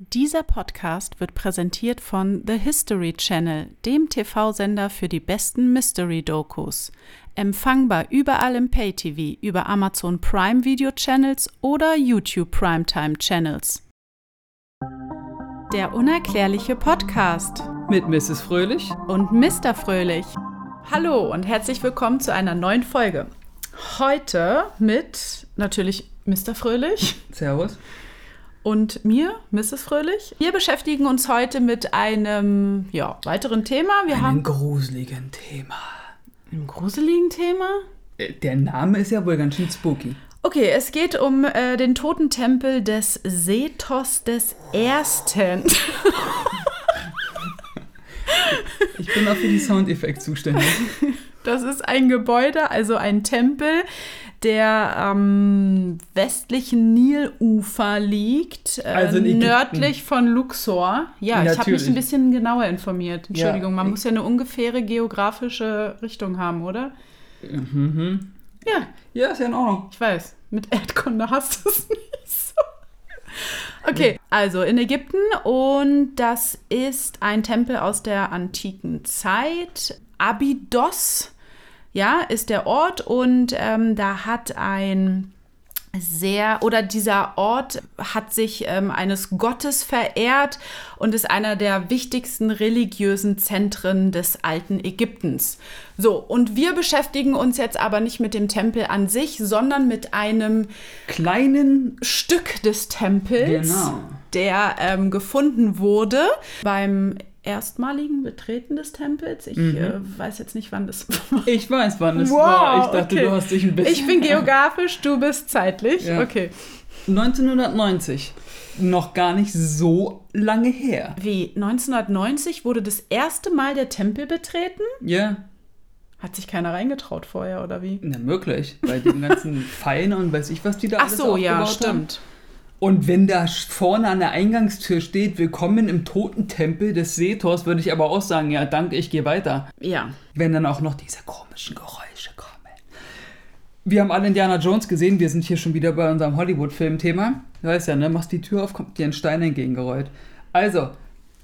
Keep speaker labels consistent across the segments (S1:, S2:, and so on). S1: Dieser Podcast wird präsentiert von The History Channel, dem TV-Sender für die besten Mystery-Dokus. Empfangbar überall im Pay-TV, über Amazon Prime Video Channels oder YouTube Primetime Channels. Der unerklärliche Podcast
S2: mit Mrs. Fröhlich.
S1: und Mr. Fröhlich. Hallo und herzlich willkommen zu einer neuen Folge. Heute mit natürlich Mr. Fröhlich.
S2: Servus.
S1: und mir, Mrs. Fröhlich. Wir beschäftigen uns heute mit einem ja, weiteren Thema. Wir haben
S2: gruseligen Thema.
S1: einem gruseligen Thema.
S2: Äh, Der Name ist ja wohl ganz schön spooky.
S1: Okay, es geht um äh, den Totentempel des Sethos des Ersten.
S2: Ich bin auch für die Soundeffekte zuständig.
S1: Das ist ein Gebäude, also ein Tempel, der am westlichen Nilufer liegt, äh,
S2: Also in Ägypten.
S1: nördlich von Luxor. Ja, ich habe mich
S2: Natürlich.
S1: ein bisschen genauer informiert. Entschuldigung, man muss ja eine ungefähre geografische Richtung haben, oder?
S2: Mhm.
S1: Ja,
S2: Ja, ist ja in Ordnung.
S1: Ich weiß, mit Erdkunde hast du es nicht so. Okay, also in Ägypten und das ist ein Tempel aus der antiken Zeit. Abydos, ja, ist der Ort und ähm, da hat ein sehr oder dieser Ort hat sich ähm, eines Gottes verehrt und ist einer der wichtigsten religiösen Zentren des alten Ägyptens. So, und wir beschäftigen uns jetzt aber nicht mit dem Tempel an sich, sondern mit einem
S2: Kleinen.
S1: Stück des Tempels,
S2: Genau.
S1: der ähm, gefunden wurde beim erstmaligen Betreten des Tempels. Ich
S2: Mhm.
S1: äh, weiß jetzt nicht, wann das war.
S2: Ich weiß, wann es war. Ich dachte,
S1: okay.
S2: du hast dich ein bisschen.
S1: Ich bin geografisch, du bist zeitlich.
S2: Ja.
S1: Okay.
S2: 1990. Noch gar nicht so lange her.
S1: Wie 1990 wurde das erste Mal der Tempel betreten?
S2: Ja.
S1: Hat sich keiner reingetraut vorher oder wie?
S2: Na, möglich. Bei den ganzen Pfeilen und weiß ich, was die da
S1: Ach
S2: alles
S1: so, ja,
S2: aufgebaut Haben.
S1: stimmt.
S2: Und wenn da vorne an der Eingangstür steht, willkommen im Totentempel des Sethors, würde ich aber auch sagen, ja, danke, ich gehe weiter.
S1: Ja.
S2: Wenn dann auch noch diese komischen Geräusche kommen. Wir haben alle Indiana Jones gesehen, wir sind hier schon wieder bei unserem Hollywood-Film-Thema. Du weißt ja, ne? Machst die Tür auf, kommt dir ein Stein entgegengerollt. Also,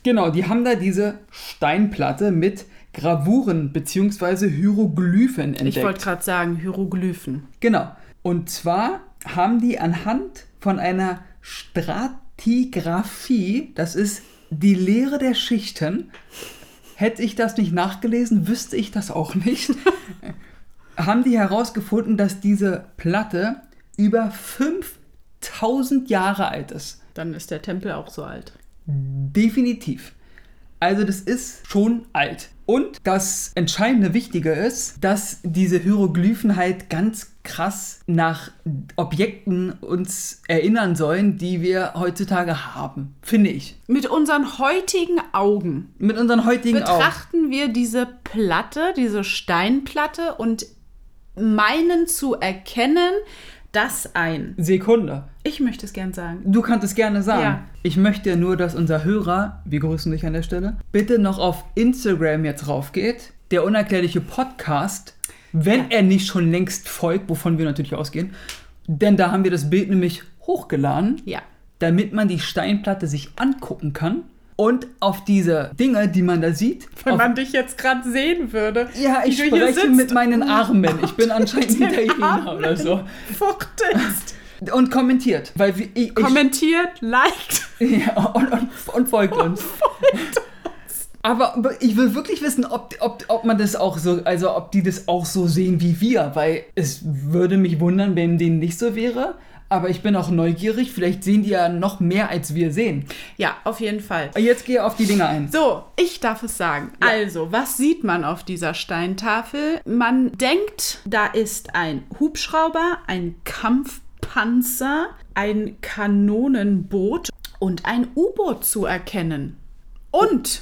S2: genau, die haben da diese Steinplatte mit Gravuren bzw. Hieroglyphen entdeckt.
S1: Ich wollte gerade sagen, Hieroglyphen.
S2: Genau. Und zwar haben die anhand von einer Stratigraphie, das ist die Lehre der Schichten, hätte ich das nicht nachgelesen, wüsste ich das auch nicht, haben die herausgefunden, dass diese Platte über 5000 Jahre alt ist.
S1: Dann ist der Tempel auch so alt.
S2: Definitiv. Also das ist schon alt. Und das entscheidende Wichtige ist, dass diese Hieroglyphen halt ganz krass nach Objekten uns erinnern sollen, die wir heutzutage haben, finde ich.
S1: Mit unseren heutigen Augen
S2: Mit unseren heutigen Augen.
S1: betrachten wir diese Platte, diese Steinplatte und meinen zu erkennen, das ein.
S2: Sekunde.
S1: Ich möchte es gern sagen.
S2: Du kannst es gerne sagen.
S1: Ja.
S2: Ich möchte nur, dass unser Hörer, wir grüßen dich an der Stelle, bitte noch auf Instagram jetzt raufgeht. Der unerklärliche Podcast, wenn er nicht schon längst folgt, wovon wir natürlich ausgehen. Denn da haben wir das Bild nämlich hochgeladen,
S1: Ja.
S2: damit man die Steinplatte sich angucken kann. Und auf diese Dinge, die man da sieht. auf,
S1: dich jetzt gerade sehen würde.
S2: ja, ich spreche mit meinen Armen. Ich bin anscheinend
S1: den
S2: Italiener
S1: Armen.
S2: oder so.
S1: fuchtest.
S2: Und kommentiert. Weil wir, ich, ich,
S1: Kommentiert, liked.
S2: Ja, und, und, und folgt uns. Aber ich will wirklich wissen, ob, ob, ob man das auch so, also ob die das auch so sehen wie wir, weil es würde mich wundern, wenn denen nicht so wäre. Aber ich bin auch neugierig, vielleicht sehen die ja noch mehr als wir sehen.
S1: Ja, auf jeden Fall.
S2: Jetzt gehe auf die Dinge ein.
S1: So, ich darf es sagen. Also, was sieht man auf dieser Steintafel? Man denkt, da ist ein Hubschrauber, ein Kampfpanzer, ein Kanonenboot und ein U-Boot zu erkennen. Und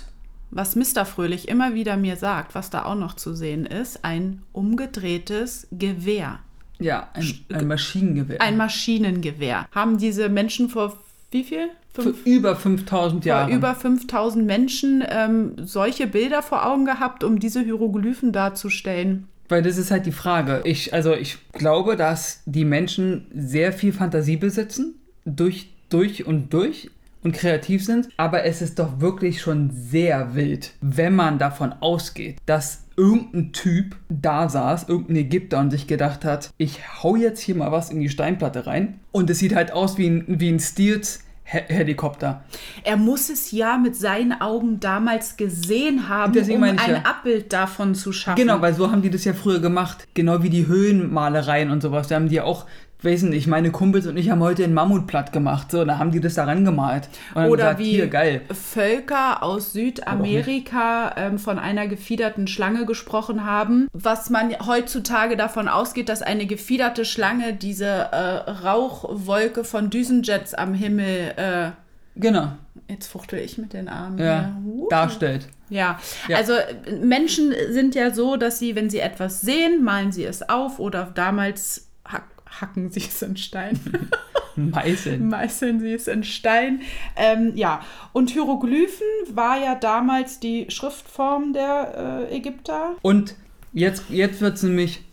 S1: was Mr. Fröhlich immer wieder mir sagt, was da auch noch zu sehen ist, ein umgedrehtes Gewehr,
S2: Ja, ein, ein Maschinengewehr.
S1: ein Maschinengewehr. Haben diese Menschen vor wie viel?
S2: Für über 5000
S1: vor
S2: Jahre.
S1: über 5000 Menschen ähm, solche Bilder vor Augen gehabt, um diese Hieroglyphen darzustellen.
S2: Weil das ist halt die Frage. Ich, also ich glaube, dass die Menschen sehr viel Fantasie besitzen, durch, durch und durch. und kreativ sind, aber es ist doch wirklich schon sehr wild, wenn man davon ausgeht, dass irgendein Typ da saß, irgendein Ägypter und sich gedacht hat, ich hau jetzt hier mal was in die Steinplatte rein und es sieht halt aus wie ein, wie ein Steels He Helikopter.
S1: Er muss es ja mit seinen Augen damals gesehen haben,
S2: Deswegen
S1: um ein
S2: meine ich ja.
S1: Abbild davon zu schaffen.
S2: Genau, weil so haben die das ja früher gemacht. Genau wie die Höhlenmalereien und sowas. Da haben die ja auch, weiß nicht, meine Kumpels und ich haben heute einen Mammut platt gemacht. So, da haben die das daran gemalt. Und dann
S1: Oder
S2: gesagt,
S1: wie
S2: hier, geil.
S1: Völker aus Südamerika ähm, von einer gefiederten Schlange gesprochen haben, was man heutzutage davon ausgeht, dass eine gefiederte Schlange diese äh, Rauchwolke von Düsenjets am Himmel, äh,
S2: Genau,
S1: jetzt fuchtel ich mit den Armen,
S2: ja.
S1: hier.
S2: Darstellt.
S1: Ja,
S2: Ja.
S1: also äh, Menschen sind ja so, dass sie, wenn sie etwas sehen, malen sie es auf oder damals hack, hacken sie es in Stein,
S2: Meißeln.
S1: meißeln sie es in Stein. Ähm, ja, und Hieroglyphen war ja damals die Schriftform der äh, Ägypter.
S2: Und jetzt, jetzt wird es nämlich,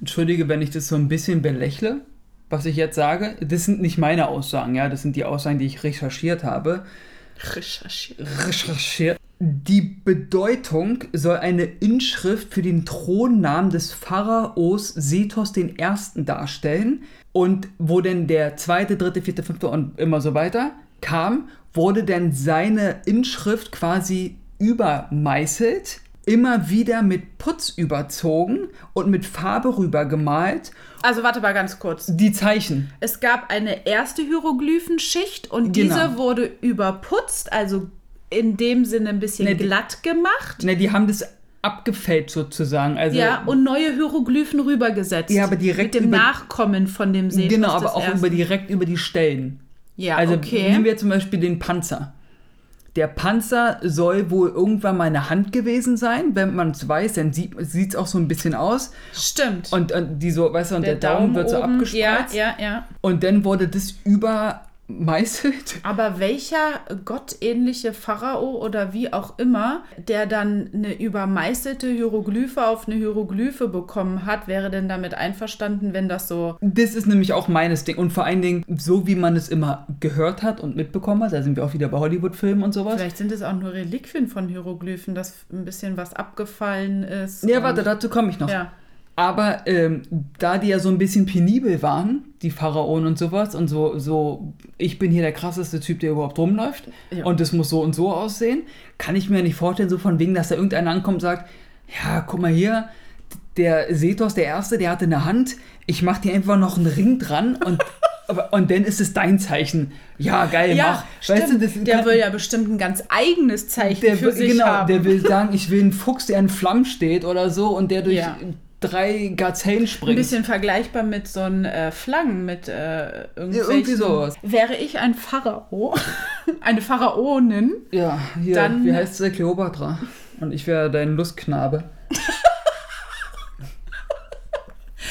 S2: entschuldige, wenn ich das so ein bisschen belächle, was ich jetzt sage. Das sind nicht meine Aussagen, ja. Das sind die Aussagen, die ich recherchiert habe.
S1: Recherchiert.
S2: recherchiert. Die Bedeutung soll eine Inschrift für den Thronnamen des Pharaos Sethos I. darstellen. Und wo denn der zweite, dritte, vierte, fünfte und immer so weiter kam, wurde denn seine Inschrift quasi übermeißelt, immer wieder mit Putz überzogen und mit Farbe rübergemalt.
S1: Also warte mal ganz kurz.
S2: Die Zeichen.
S1: Es gab eine erste Hieroglyphenschicht und
S2: Genau.
S1: diese wurde überputzt, also in dem Sinne ein bisschen
S2: Nee, die-
S1: glatt gemacht.
S2: Ne, die haben das abgefällt sozusagen. Also
S1: Ja, und neue Hieroglyphen rübergesetzt.
S2: Ja, aber direkt
S1: Mit dem
S2: über-
S1: Nachkommen von dem Sethos.
S2: Genau, aber
S1: des
S2: auch
S1: Ersten.
S2: über, direkt über die Stellen.
S1: Ja,
S2: Also nehmen
S1: okay.
S2: wir zum Beispiel den Panzer. Der Panzer soll wohl irgendwann mal eine Hand gewesen sein. Wenn man es weiß, dann sieht es auch so ein bisschen aus.
S1: Stimmt.
S2: Und, und die so, weißt du, und der, Daumen, wird so
S1: oben,
S2: abgespreizt.
S1: Ja, ja, ja.
S2: Und dann wurde das übermeißelt.
S1: Aber welcher gottähnliche Pharao oder wie auch immer, der dann eine übermeißelte Hieroglyphe auf eine Hieroglyphe bekommen hat, wäre denn damit einverstanden, wenn das so.
S2: Das ist nämlich auch meines Ding. Und vor allen Dingen, so wie man es immer gehört hat und mitbekommen hat, da sind wir auch wieder bei Hollywood-Filmen und sowas.
S1: Vielleicht sind es auch nur Reliquien von Hieroglyphen, dass ein bisschen was abgefallen ist.
S2: Ja,
S1: und-
S2: warte, dazu komme ich noch.
S1: Ja.
S2: Aber ähm, da die ja so ein bisschen penibel waren, die Pharaonen und sowas, und so, so ich bin hier der krasseste Typ, der überhaupt rumläuft,
S1: Ja.
S2: und es muss so und so aussehen, kann ich mir nicht vorstellen, so von wegen, dass da irgendeiner ankommt und sagt, ja, guck mal hier, der Sethos, der Erste, der hatte eine Hand, ich mach dir einfach noch einen Ring dran und, aber- und dann ist es dein Zeichen. Ja, geil,
S1: Ja,
S2: mach.
S1: stimmt.
S2: Weißt du, das
S1: der
S2: kann-
S1: will ja bestimmt ein ganz eigenes Zeichen
S2: der
S1: für
S2: will,
S1: sich
S2: genau,
S1: haben.
S2: der will sagen, ich will einen Fuchs, der in Flammen steht oder so und der durch
S1: Ja.
S2: drei Gazellen
S1: Ein
S2: springt.
S1: bisschen vergleichbar mit so einem äh, Flangen, mit äh, irgendwelchen.
S2: irgendwie sowas.
S1: Wäre ich ein Pharao, eine Pharaonin,
S2: Ja, hier,
S1: Dann-
S2: wie heißt sie? Kleopatra. Und ich wäre dein Lustknabe.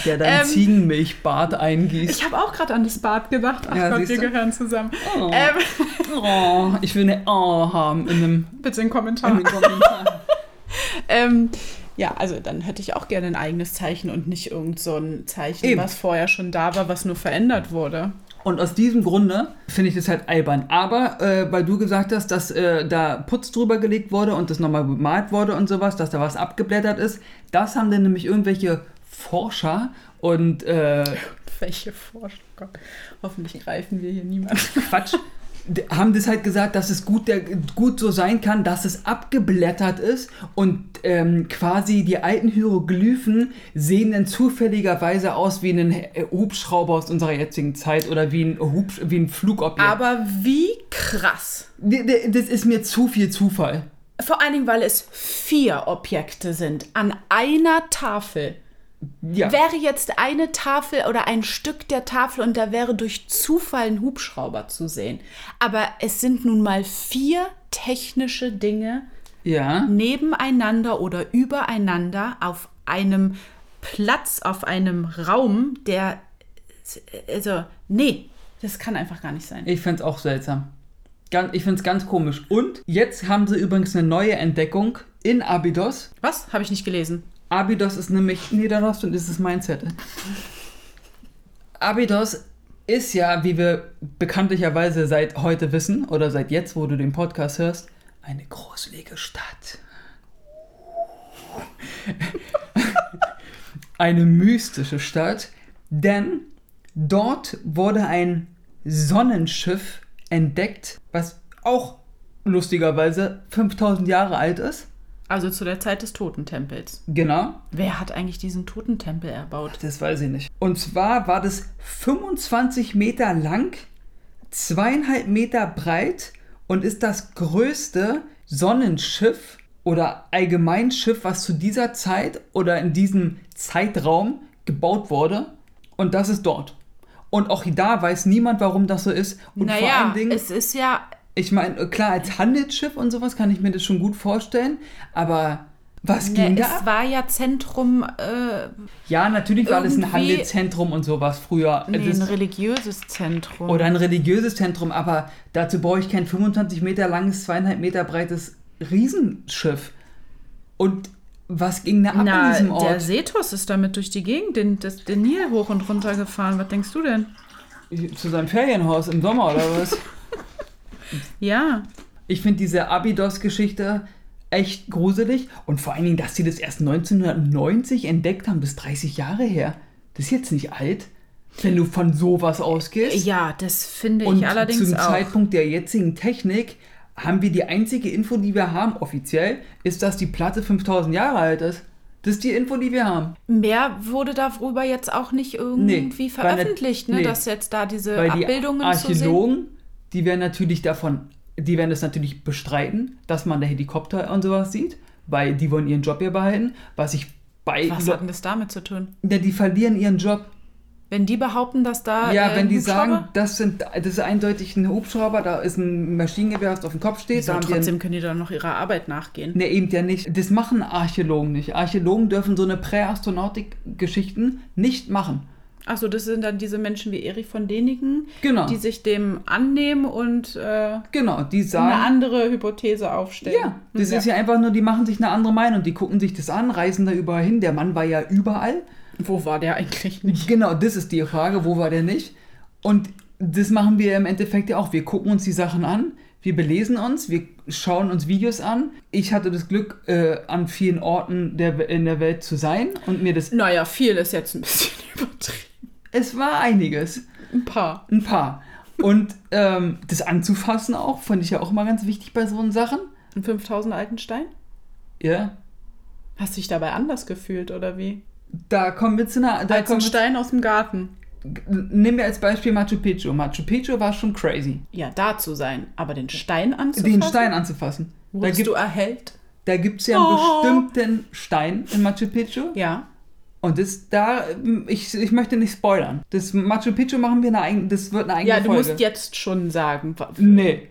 S2: der deinen
S1: Ähm,
S2: Ziegenmilchbart eingießt.
S1: ich habe auch gerade an das Bad gedacht, ach
S2: Ja,
S1: Gott, wir
S2: siehst du?
S1: gehören zusammen.
S2: Oh.
S1: Ähm,
S2: oh, ich will eine Oh haben in einem,
S1: bitte einen
S2: in
S1: Kommentar.
S2: einem Kommentar.
S1: Ähm, ja, also dann hätte ich auch gerne ein eigenes Zeichen und nicht irgend so ein Zeichen,
S2: Eben.
S1: was vorher schon da war, was nur verändert wurde.
S2: Und aus diesem Grunde finde ich das halt albern. Aber äh, weil du gesagt hast, dass äh, da Putz drüber gelegt wurde und das nochmal bemalt wurde und sowas, dass da was abgeblättert ist, das haben dann nämlich irgendwelche Forscher und äh,
S1: Welche Forschung? Gott, Hoffentlich greifen wir hier niemanden.
S2: Quatsch. D- Haben das halt gesagt, dass es gut, der, gut so sein kann, dass es abgeblättert ist und ähm, quasi die alten Hieroglyphen sehen dann zufälligerweise aus wie ein He- Hubschrauber aus unserer jetzigen Zeit oder wie ein, Hubsch wie ein Flugobjekt.
S1: Aber wie krass.
S2: D- d- das ist mir zu viel Zufall.
S1: Vor allen Dingen, weil es vier Objekte sind an einer Tafel.
S2: Ja.
S1: Wäre jetzt eine Tafel oder ein Stück der Tafel und da wäre durch Zufall ein Hubschrauber zu sehen. Aber es sind nun mal vier technische Dinge
S2: ja.
S1: nebeneinander oder übereinander auf einem Platz, auf einem Raum, der. Also, nee, das kann einfach gar nicht sein.
S2: Ich find's auch seltsam. Gan- Ich find's ganz komisch. Und jetzt haben sie übrigens eine neue Entdeckung in Abydos.
S1: Was? Habe ich nicht gelesen.
S2: Abydos ist nämlich. Nee, da hast du, das ist mein Zettel. Abydos ist ja, wie wir bekanntlicherweise seit heute wissen oder seit jetzt, wo du den Podcast hörst, eine gruselige Stadt. eine mystische Stadt, denn dort wurde ein Sonnenschiff entdeckt, was auch lustigerweise 5000 Jahre alt ist.
S1: Also zu der Zeit des Totentempels.
S2: Genau.
S1: Wer hat eigentlich diesen Totentempel erbaut?
S2: Das weiß ich nicht. Und zwar war das 25 Meter lang, zweieinhalb Meter breit und ist das größte Sonnenschiff oder Allgemeinschiff, was zu dieser Zeit oder in diesem Zeitraum gebaut wurde. Und das ist dort. Und auch da weiß niemand, warum das so ist. Und vor
S1: naja,
S2: allen Dingen,
S1: es ist ja.
S2: ich meine, klar, als Handelsschiff und sowas kann ich mir das schon gut vorstellen, aber was
S1: Ne,
S2: ging da ab?
S1: es war ja Zentrum, äh,
S2: Ja, natürlich war das ein
S1: Irgendwie-
S2: Handelszentrum und sowas früher. Also
S1: nee,
S2: Das-
S1: ein religiöses Zentrum.
S2: oder ein religiöses Zentrum, aber dazu brauche ich kein 25 Meter langes, zweieinhalb Meter breites Riesenschiff. Und was ging da ab in
S1: Na,
S2: diesem
S1: der
S2: Ort?
S1: Sethos ist damit durch die Gegend, den, das, den Nil hoch und runter gefahren. Was denkst du denn?
S2: Zu seinem Ferienhaus im Sommer oder was?
S1: Ja,
S2: ich finde diese Abydos-Geschichte echt gruselig und vor allen Dingen, dass sie das erst 1990 entdeckt haben, das ist 30 Jahre her. Das ist jetzt nicht alt, wenn du von sowas ausgehst.
S1: ja, das finde
S2: Und
S1: ich allerdings
S2: zum
S1: auch.
S2: Zeitpunkt der jetzigen Technik haben wir die einzige Info, die wir haben, offiziell, ist, dass die Platte 5000 Jahre alt ist. Das ist die Info, die wir haben.
S1: Mehr wurde darüber jetzt auch nicht irgendwie
S2: Nee, weil nat-
S1: veröffentlicht, ne,
S2: nee.
S1: dass jetzt da diese
S2: Weil die
S1: Abbildungen zu sehen.
S2: Archäologen, die werden natürlich davon, die werden das natürlich bestreiten, dass man da Helikopter und sowas sieht, weil die wollen ihren Job hier behalten. Was ich bei.
S1: Was hat denn das damit zu tun?
S2: ja, die verlieren ihren Job.
S1: Wenn die behaupten, dass da.
S2: Ja,
S1: äh,
S2: wenn
S1: ein
S2: die
S1: Hubschrauber-
S2: sagen, das, sind, das ist eindeutig ein Hubschrauber, da ist ein Maschinengewehr, was auf dem Kopf steht,
S1: Wieso?
S2: da haben wir einen
S1: trotzdem können die dann noch ihrer Arbeit nachgehen.
S2: Ne, eben ja nicht. Das machen Archäologen nicht. Archäologen dürfen so eine Präastronautik-Geschichten nicht machen.
S1: Achso, das sind dann diese Menschen wie Erich von Deniken,
S2: Genau.
S1: die sich dem annehmen und äh,
S2: Genau, die
S1: eine
S2: sagen.
S1: andere Hypothese aufstellen. Hm,
S2: Ja, das ist ja einfach nur, die machen sich eine andere Meinung. Die gucken sich das an, reisen da überall hin. Der Mann war ja überall.
S1: Wo war der eigentlich nicht?
S2: Genau, das ist die Frage, wo war der nicht? Und das machen wir im Endeffekt ja auch. Wir gucken uns die Sachen an, wir belesen uns, wir schauen uns Videos an. Ich hatte das Glück, äh, an vielen Orten der, in der Welt zu sein und mir das.
S1: Naja, viel ist jetzt ein bisschen übertrieben.
S2: Es war einiges.
S1: Ein paar.
S2: Ein paar. Und ähm, das anzufassen auch, fand ich ja auch immer ganz wichtig bei so Sachen.
S1: Ein 5000 alten Stein?
S2: Ja.
S1: Hast du dich dabei anders gefühlt oder wie?
S2: Da kommen wir zu einer.
S1: Als
S2: Da
S1: ein
S2: kommen wir,
S1: Stein aus dem Garten.
S2: nehmen wir als Beispiel Machu Picchu. Machu Picchu war schon crazy,
S1: Ja, da zu sein, aber den Stein anzufassen.
S2: den Stein anzufassen. Da
S1: Wurdest
S2: gibt
S1: du erhellt?
S2: da gibt's ja einen
S1: Oh.
S2: bestimmten Stein in Machu Picchu.
S1: Ja.
S2: Und das da, ich, ich möchte nicht spoilern. Das Machu Picchu machen wir eine eigene, das wird eine eigene
S1: Ja, du
S2: Folge.
S1: musst jetzt schon sagen. wa-
S2: nee.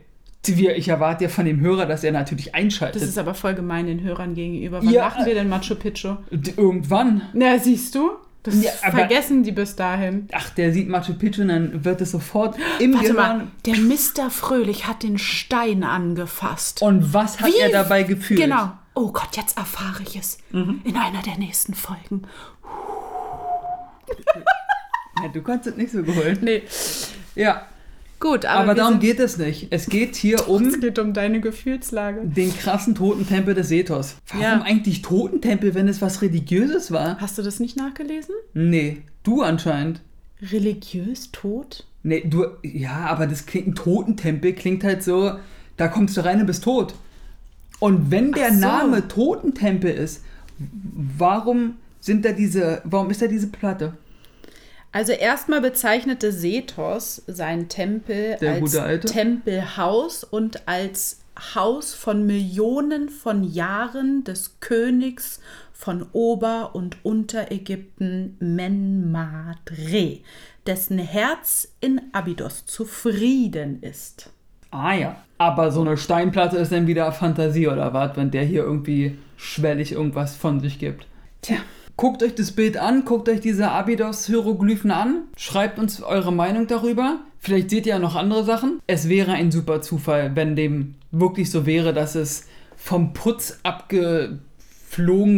S2: Wir, ich erwarte ja von dem Hörer, dass er natürlich einschaltet.
S1: Das ist aber voll gemein den Hörern gegenüber. Wann
S2: Ja. äh,
S1: machen wir denn Machu Picchu?
S2: Irgendwann
S1: Na, siehst du? Das
S2: Ja, aber-
S1: vergessen die bis dahin.
S2: Ach, der sieht Machu Picchu und dann wird es sofort im
S1: Warte mal,
S2: Gehirn.
S1: der Mr. Fröhlich hat den Stein angefasst.
S2: Und was hat
S1: Wie-
S2: er dabei gefühlt? Mhm.
S1: Genau. Oh Gott, jetzt erfahre ich es. In einer der nächsten Folgen.
S2: Ja, du kannst es nicht so geholt.
S1: Nee.
S2: Ja,
S1: Gut, aber,
S2: aber,
S1: wir
S2: darum
S1: sind,
S2: geht es nicht. Es geht hier um
S1: es geht um deine Gefühlslage.
S2: den krassen Totentempel des Sethos. Warum
S1: Ja.
S2: eigentlich Totentempel, wenn es was Religiöses war?
S1: Hast du das nicht nachgelesen?
S2: Nee, du anscheinend.
S1: Religiös tot?
S2: Nee, du. Ja, aber das klingt, ein Totentempel klingt halt so, da kommst du rein und bist tot. Und wenn der
S1: Ach so.
S2: Name Totentempel ist, warum sind da diese, warum ist da diese Platte?
S1: Also erstmal bezeichnete Sethos seinen Tempel
S2: Der
S1: als
S2: gute Alte.
S1: Tempelhaus und als Haus von Millionen von Jahren des Königs von Ober- und Unterägypten Menmadre, dessen Herz in Abydos zufrieden ist.
S2: Ah ja. Aber so eine Steinplatte ist dann wieder Fantasie oder was, wenn der hier irgendwie schwellig irgendwas von sich gibt.
S1: Tja.
S2: Guckt euch das Bild an, guckt euch diese Abydos-Hieroglyphen an, schreibt uns eure Meinung darüber. Vielleicht seht ihr ja noch andere Sachen. Es wäre ein super Zufall, wenn dem wirklich so wäre, dass es vom Putz abgeflogen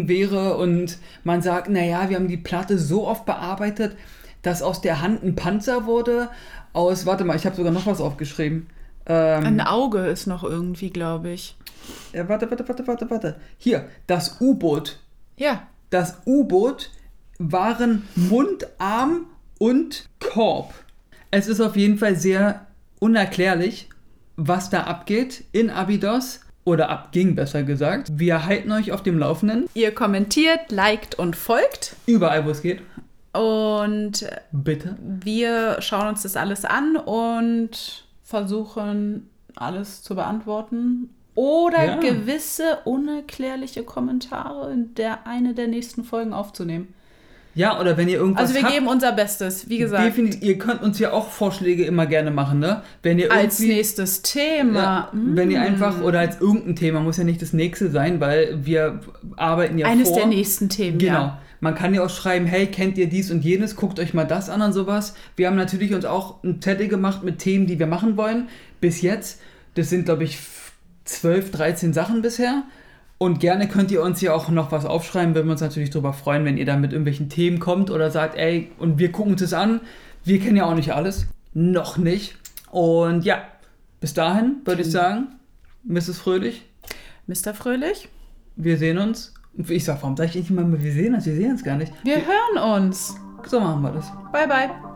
S2: wäre und man sagt, naja, wir haben die Platte so oft bearbeitet, dass aus der Hand ein Panzer wurde, aus, warte mal, ich habe sogar noch was aufgeschrieben. Ähm,
S1: Ein Auge ist noch irgendwie, glaube ich.
S2: äh, warte, warte, warte, warte, warte. Hier, das U-Boot.
S1: Ja.
S2: Das U-Boot waren Mund, Arm und Korb. Es ist auf jeden Fall sehr unerklärlich, was da abgeht in Abydos oder abging, besser gesagt. Wir halten euch auf dem Laufenden,
S1: Ihr kommentiert, liked und folgt.
S2: überall wo es geht.
S1: Und äh,
S2: Bitte.
S1: wir schauen uns das alles an und versuchen, alles zu beantworten. Oder
S2: Ja.
S1: gewisse unerklärliche Kommentare in der eine der nächsten Folgen aufzunehmen.
S2: Ja, oder wenn ihr irgendwas
S1: Also wir
S2: habt,
S1: geben unser Bestes, wie gesagt.
S2: definitiv, ihr könnt uns ja auch Vorschläge immer gerne machen, ne? Wenn ihr
S1: Als
S2: irgendwie-
S1: nächstes Thema. Hm. Mm.
S2: Ja, wenn ihr einfach oder als irgendein Thema muss ja nicht das nächste sein, weil wir arbeiten ja
S1: Eines
S2: vor.
S1: der nächsten Themen,
S2: Genau.
S1: ja.
S2: Man kann ja auch schreiben, hey, kennt ihr dies und jenes, guckt euch mal das an und sowas. Wir haben natürlich uns auch einen Zettel gemacht mit Themen, die wir machen wollen. Bis jetzt, das sind glaube ich 12, 13 Sachen bisher. Und gerne könnt ihr uns ja auch noch was aufschreiben, würden wir uns natürlich darüber freuen, wenn ihr da mit irgendwelchen Themen kommt oder sagt, ey, und wir gucken uns das an. Wir kennen ja auch nicht alles. Noch nicht. Und ja, bis dahin würde ich sagen, Mrs. Fröhlich,
S1: Mr. Fröhlich,
S2: wir sehen uns. Ich sag, warum sage ich nicht immer, wir sehen uns, wir sehen uns gar nicht.
S1: wir hören uns.
S2: So machen wir das.
S1: Bye, bye.